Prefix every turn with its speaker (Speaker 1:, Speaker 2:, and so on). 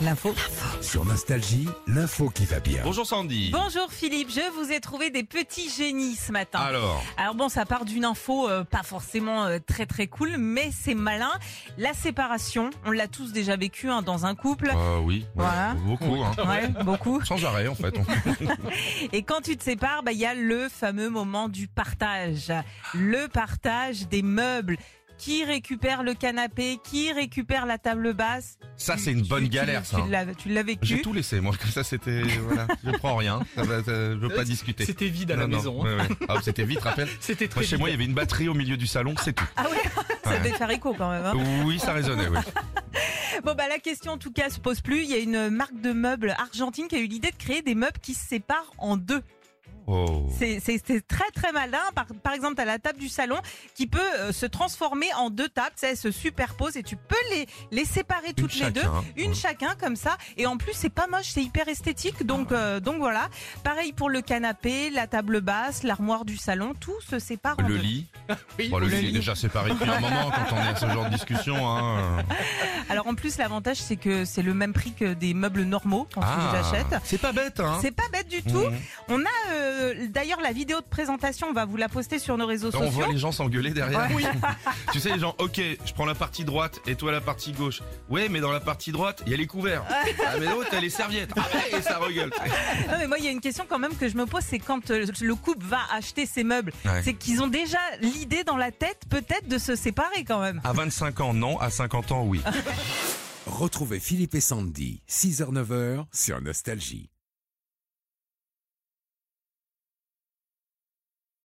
Speaker 1: L'info.
Speaker 2: Sur Nostalgie, l'info qui va bien.
Speaker 3: Bonjour Sandy.
Speaker 1: Bonjour Philippe, je vous ai trouvé des petits génies ce matin.
Speaker 3: Alors,
Speaker 1: Alors bon, ça part d'une info euh, pas forcément euh, très très cool, mais c'est malin. La séparation, on l'a tous déjà vécu hein, dans un couple.
Speaker 3: euh, oui, ouais,
Speaker 1: Voilà.
Speaker 3: beaucoup. hein.
Speaker 1: Ouais, beaucoup.
Speaker 3: Sans arrêt en fait.
Speaker 1: Et quand tu te sépares, bah, il y a le fameux moment du partage. Le partage des meubles. Qui récupère le canapé Qui récupère la table basse
Speaker 3: Ça c'est une
Speaker 1: Tu-
Speaker 3: bonne
Speaker 1: tu-
Speaker 3: galère ça. hein.
Speaker 1: Tu l'as, tu l'as vécu
Speaker 3: J'ai tout laissé moi, comme ça c'était... Voilà, je prends rien, ça va, ça- je veux pas discuter.
Speaker 4: C'était vide à la
Speaker 3: Non, non,
Speaker 4: maison. hein.
Speaker 1: hein.
Speaker 3: ouais, ouais. Ah, c'était vite, rappelle
Speaker 4: C'était très
Speaker 3: Moi, Chez
Speaker 4: vide.
Speaker 3: moi il y avait une batterie au milieu du salon, c'est tout.
Speaker 1: Ah ouais, ça fait haricot quand même. hein.
Speaker 3: Oui, ça résonnait, oui.
Speaker 1: Bon bah la question en tout cas se pose plus. Il y a une marque de meubles argentine qui a eu l'idée de créer des meubles qui se séparent en deux.
Speaker 3: Oh.
Speaker 1: C'est c'est- c'est très très malin. Par, par exemple, t'as la table du salon qui peut euh, se transformer en deux tables. Ça, Elles se superposent et tu peux les, les séparer
Speaker 3: Une
Speaker 1: toutes les deux.
Speaker 3: chacun.
Speaker 1: Une chacun comme ça. Et en plus, c'est pas moche, c'est hyper esthétique. Donc,
Speaker 3: Ah.
Speaker 1: euh, donc voilà. Pareil pour le canapé, la table basse, l'armoire du salon. Tout se sépare en
Speaker 3: Le
Speaker 1: deux.
Speaker 3: lit.
Speaker 4: Oui,
Speaker 3: Bon, le,
Speaker 4: le
Speaker 3: lit, est
Speaker 4: lit.
Speaker 3: déjà séparé depuis un moment quand on est à ce genre de discussion. Hein.
Speaker 1: Alors en plus, l'avantage, c'est que c'est le même prix que des meubles normaux quand tu les achètes.
Speaker 3: Ah. c'est pas bête, hein
Speaker 1: C'est pas bête du tout.
Speaker 3: Mmh.
Speaker 1: On a euh, d'ailleurs la vidéo de présentation, on va vous la poster sur nos réseaux
Speaker 3: On voit
Speaker 1: sociaux.
Speaker 3: les gens s'engueuler derrière.
Speaker 1: Ouais.
Speaker 3: tu sais, les gens, ok, je prends la partie droite et toi la partie gauche. Ouais, mais dans la partie droite, il y a les couverts. ah, mais l'autre, t'as les serviettes. Ah, ouais, et ça regueule.
Speaker 1: Non, mais moi, il y a une question quand même que je me pose, c'est quand euh, le couple va acheter ses meubles,
Speaker 3: Ouais.
Speaker 1: c'est qu'ils ont déjà l'idée dans la tête peut-être de se séparer quand même.
Speaker 3: À 25 ans, non. À 50 ans, oui.
Speaker 2: Retrouvez Philippe et Sandy, 6h-9h sur Nostalgie.